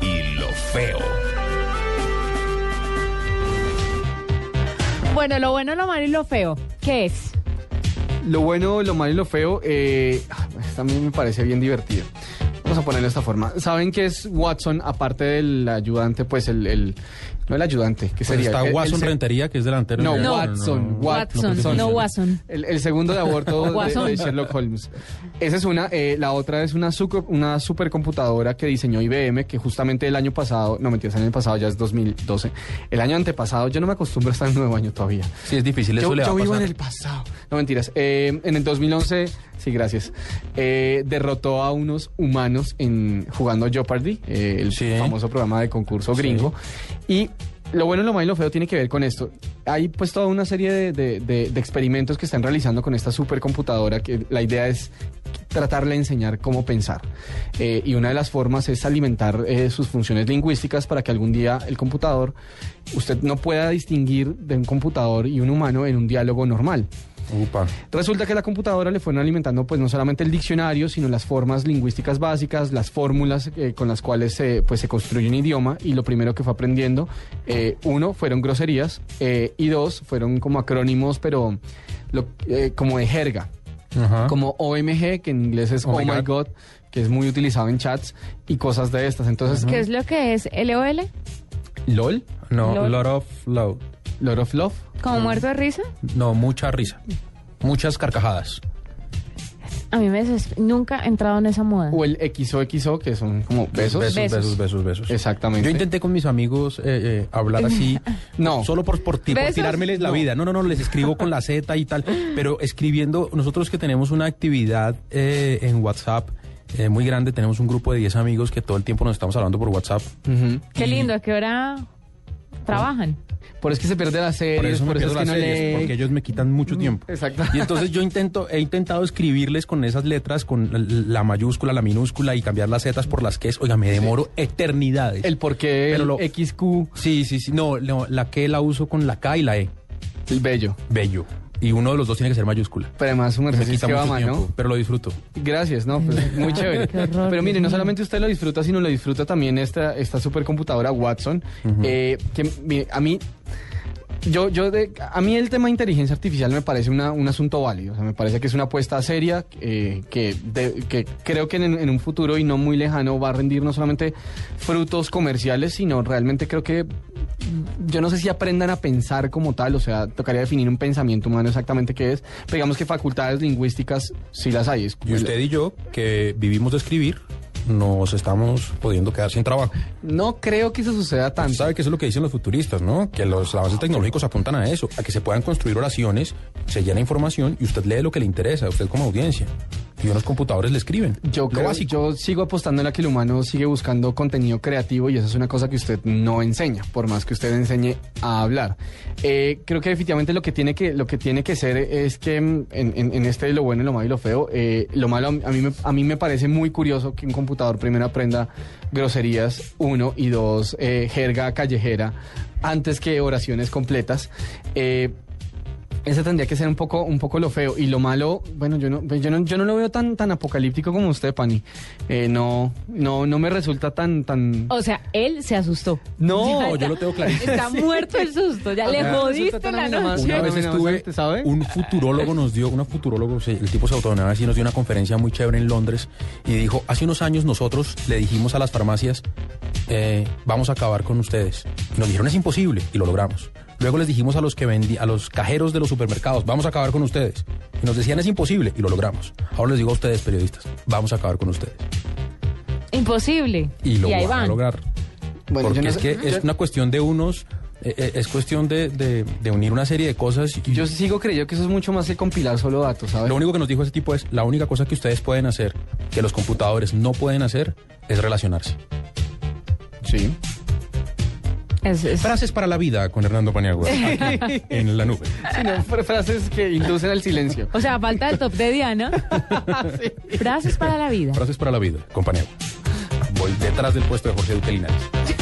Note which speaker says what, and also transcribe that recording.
Speaker 1: y lo feo.
Speaker 2: Bueno, lo bueno, lo malo y lo feo. ¿Qué es?
Speaker 3: Lo bueno, lo malo y lo feo, eh, también me parece bien divertido. Vamos a ponerlo de esta forma. ¿Saben qué es Watson, aparte del ayudante, pues el... el- no el ayudante, que
Speaker 4: Pues
Speaker 3: sería...
Speaker 4: está
Speaker 3: El- el
Speaker 4: Watson
Speaker 3: se-
Speaker 4: Rentería, que es delantero.
Speaker 3: No,
Speaker 4: del Everton,
Speaker 3: Watson, Watson,
Speaker 2: Watson, no Watson.
Speaker 3: El, el segundo de aborto de-
Speaker 2: Guasón.
Speaker 3: de, Sherlock Holmes. Esa es una. eh, la otra es una, suco- una supercomputadora que diseñó IBM, que justamente el año pasado, no mentiras, el año pasado ya es 2012. El año antepasado, yo no me acostumbro a estar en el nuevo año todavía.
Speaker 4: Sí, es difícil, eso
Speaker 3: Yo,
Speaker 4: le va
Speaker 3: yo
Speaker 4: a
Speaker 3: vivo en
Speaker 4: pasar.
Speaker 3: el pasado. No mentiras. Eh, en el 2011, sí, gracias. eh, derrotó a unos humanos en jugando Jeopardy, eh, el
Speaker 4: Sí.
Speaker 3: famoso programa de concurso gringo. Y lo bueno, lo malo y lo feo tiene que ver con esto. Hay pues toda una serie de, de- de- de experimentos que están realizando con esta supercomputadora que la idea es tratarle de enseñar cómo pensar. Eh, y una de las formas es alimentar eh, sus funciones lingüísticas para que algún día el computador, usted no pueda distinguir de un computador y un humano en un diálogo normal.
Speaker 4: Upa.
Speaker 3: Resulta que la computadora le fueron alimentando pues no solamente el diccionario, sino las formas lingüísticas básicas, las fórmulas eh, con las cuales se, pues, se construye un idioma y lo primero que fue aprendiendo, eh, uno, fueron groserías eh, y dos, fueron como acrónimos, pero lo- eh, como de jerga
Speaker 4: Ajá.
Speaker 3: como OMG, que en inglés es
Speaker 4: Ah. Oh
Speaker 3: Oh,
Speaker 4: my
Speaker 3: my God. que es muy utilizado en chats y cosas de estas. Entonces,
Speaker 2: ¿Qué es lo que es LOL?
Speaker 3: LOL,
Speaker 4: No,
Speaker 2: Lol.
Speaker 4: lot of love.
Speaker 3: Lord of Love.
Speaker 4: Mm.
Speaker 2: ¿Como muerto de risa?
Speaker 4: No, mucha risa. Muchas carcajadas.
Speaker 2: A mí me deses- Nunca he entrado en esa moda.
Speaker 3: O el XOXO, que son como besos.
Speaker 4: Besos, besos, besos, besos.
Speaker 3: Exactamente.
Speaker 4: Yo intenté con mis amigos eh, eh, hablar así.
Speaker 3: No.
Speaker 4: Solo por, por, ti- por
Speaker 2: ¿Besos?
Speaker 4: tirármeles la
Speaker 3: No.
Speaker 4: vida. No, no, no, les escribo con la Z y tal. Pero escribiendo, nosotros que tenemos una actividad eh, en WhatsApp eh, muy grande, tenemos un grupo de 10 amigos que todo el tiempo nos estamos hablando por WhatsApp.
Speaker 3: Ujú.
Speaker 2: Qué lindo, ¿a qué hora trabajan?
Speaker 3: Por eso es que se pierde la serie,
Speaker 4: Por eso me pierdo
Speaker 3: es que
Speaker 4: las
Speaker 3: no
Speaker 4: series,
Speaker 3: lee.
Speaker 4: porque ellos me quitan mucho tiempo.
Speaker 3: Exacto.
Speaker 4: Y entonces yo intento, he intentado escribirles con esas letras, con la- la mayúscula, la minúscula y cambiar las zetas por las que es. Oiga, me demoro eternidades.
Speaker 3: El por qué
Speaker 4: Pero
Speaker 3: el
Speaker 4: lo-
Speaker 3: XQ,
Speaker 4: Sí, sí, sí. No, no, la que la uso con la K y la E.
Speaker 3: el bello.
Speaker 4: Bello. Y uno de los dos tiene que ser mayúscula.
Speaker 3: Pero además su
Speaker 4: Me
Speaker 3: merced es
Speaker 4: quita
Speaker 3: que va
Speaker 4: mucho
Speaker 3: mal,
Speaker 4: tiempo,
Speaker 3: ¿no?
Speaker 4: pero lo disfruto.
Speaker 3: Gracias, ¿no? Pues, muy chévere.
Speaker 2: qué horror,
Speaker 3: Pero mire,
Speaker 2: Dios mío.
Speaker 3: no solamente usted lo disfruta, sino lo disfruta también esta, esta supercomputadora Watson. eh, que mire, a mí. Yo, yo de- a mí el tema de inteligencia artificial me parece una- un asunto válido. O sea, me parece que es una apuesta seria eh, que, de- que creo que en, en un futuro y no muy lejano va a rendir no solamente frutos comerciales, sino realmente creo que yo no sé si aprendan a pensar como tal, o sea, tocaría definir un pensamiento humano exactamente qué es. Pero digamos que facultades lingüísticas sí las hay. es-
Speaker 4: Y usted y yo, que vivimos de escribir, nos estamos pudiendo quedar sin trabajo.
Speaker 3: No creo que eso suceda tanto.
Speaker 4: Sabe que eso es lo que dicen los futuristas, ¿no? Que los avances tecnológicos apuntan a eso, a que se puedan construir oraciones, se llena información y usted lee lo que le interesa, a usted como audiencia. Y unos computadores le escriben.
Speaker 3: Yo,
Speaker 4: lo
Speaker 3: creo-
Speaker 4: básico.
Speaker 3: yo sigo apostando en la que el humano sigue buscando contenido creativo y eso es una cosa que usted no enseña, por más que usted enseñe a hablar. Eh, creo que definitivamente lo que tiene que, lo que, tiene que ser es que mm, en, en- en este lo bueno, lo malo y lo feo, eh, lo malo a mí, me, a mí me parece muy curioso que un computador primero aprenda groserías, uno, y dos, eh, jerga callejera, antes que oraciones completas. Eh, Ese tendría que ser un poco, un poco lo feo. Y lo malo, bueno, yo no, yo no, yo no lo veo tan, tan apocalíptico como usted, Pani. Eh, no, no, no me resulta tan, tan.
Speaker 2: O sea, él se asustó.
Speaker 3: No,
Speaker 2: Ya está-
Speaker 4: Ah. yo lo tengo clarísimo.
Speaker 2: Está muerto el susto. Ya le
Speaker 3: Ah,
Speaker 2: jodiste
Speaker 3: resulta tan
Speaker 2: la
Speaker 3: amenazante.
Speaker 2: noche.
Speaker 4: Una vez
Speaker 3: Fenómeno
Speaker 4: estuve,
Speaker 3: bastante, ¿sabe?
Speaker 4: un futurólogo nos dio, una futurólogo, se- el tipo se autodenominaba así, nos dio una conferencia muy chévere en Londres y dijo, hace unos años nosotros le dijimos a las farmacias, eh, vamos a acabar con ustedes. Y nos dijeron, es imposible, y lo logramos. Luego les dijimos a los que vendi- a los cajeros de los supermercados, vamos a acabar con ustedes. Y nos decían, es imposible, y lo logramos. Ahora les digo a ustedes, periodistas, vamos a acabar con ustedes.
Speaker 2: Imposible.
Speaker 4: Y lo
Speaker 2: ahí
Speaker 4: van a
Speaker 2: van.
Speaker 4: lograr.
Speaker 3: Bueno,
Speaker 4: Porque
Speaker 3: yo no
Speaker 4: es
Speaker 3: sé-
Speaker 4: que
Speaker 3: yo-
Speaker 4: es una cuestión de unos eh, eh, es cuestión de, de- de unir una serie de cosas. y-
Speaker 3: Yo sigo creyendo que eso es mucho más que compilar solo datos, ¿sabes?
Speaker 4: lo único que nos dijo ese tipo es, la única cosa que ustedes pueden hacer, que los computadores no pueden hacer, es relacionarse.
Speaker 3: Sí.
Speaker 2: Es, es-
Speaker 4: Frases para la vida con Hernando Paniagua, aquí, en la nube.
Speaker 3: Sí, no, fr- frases que inducen al silencio.
Speaker 2: O sea, falta el top de Diana.
Speaker 4: Ah,
Speaker 2: Frases para la vida.
Speaker 4: Frases para la vida, con Paniagua. Voy detrás del puesto de Jorge Duque Linares.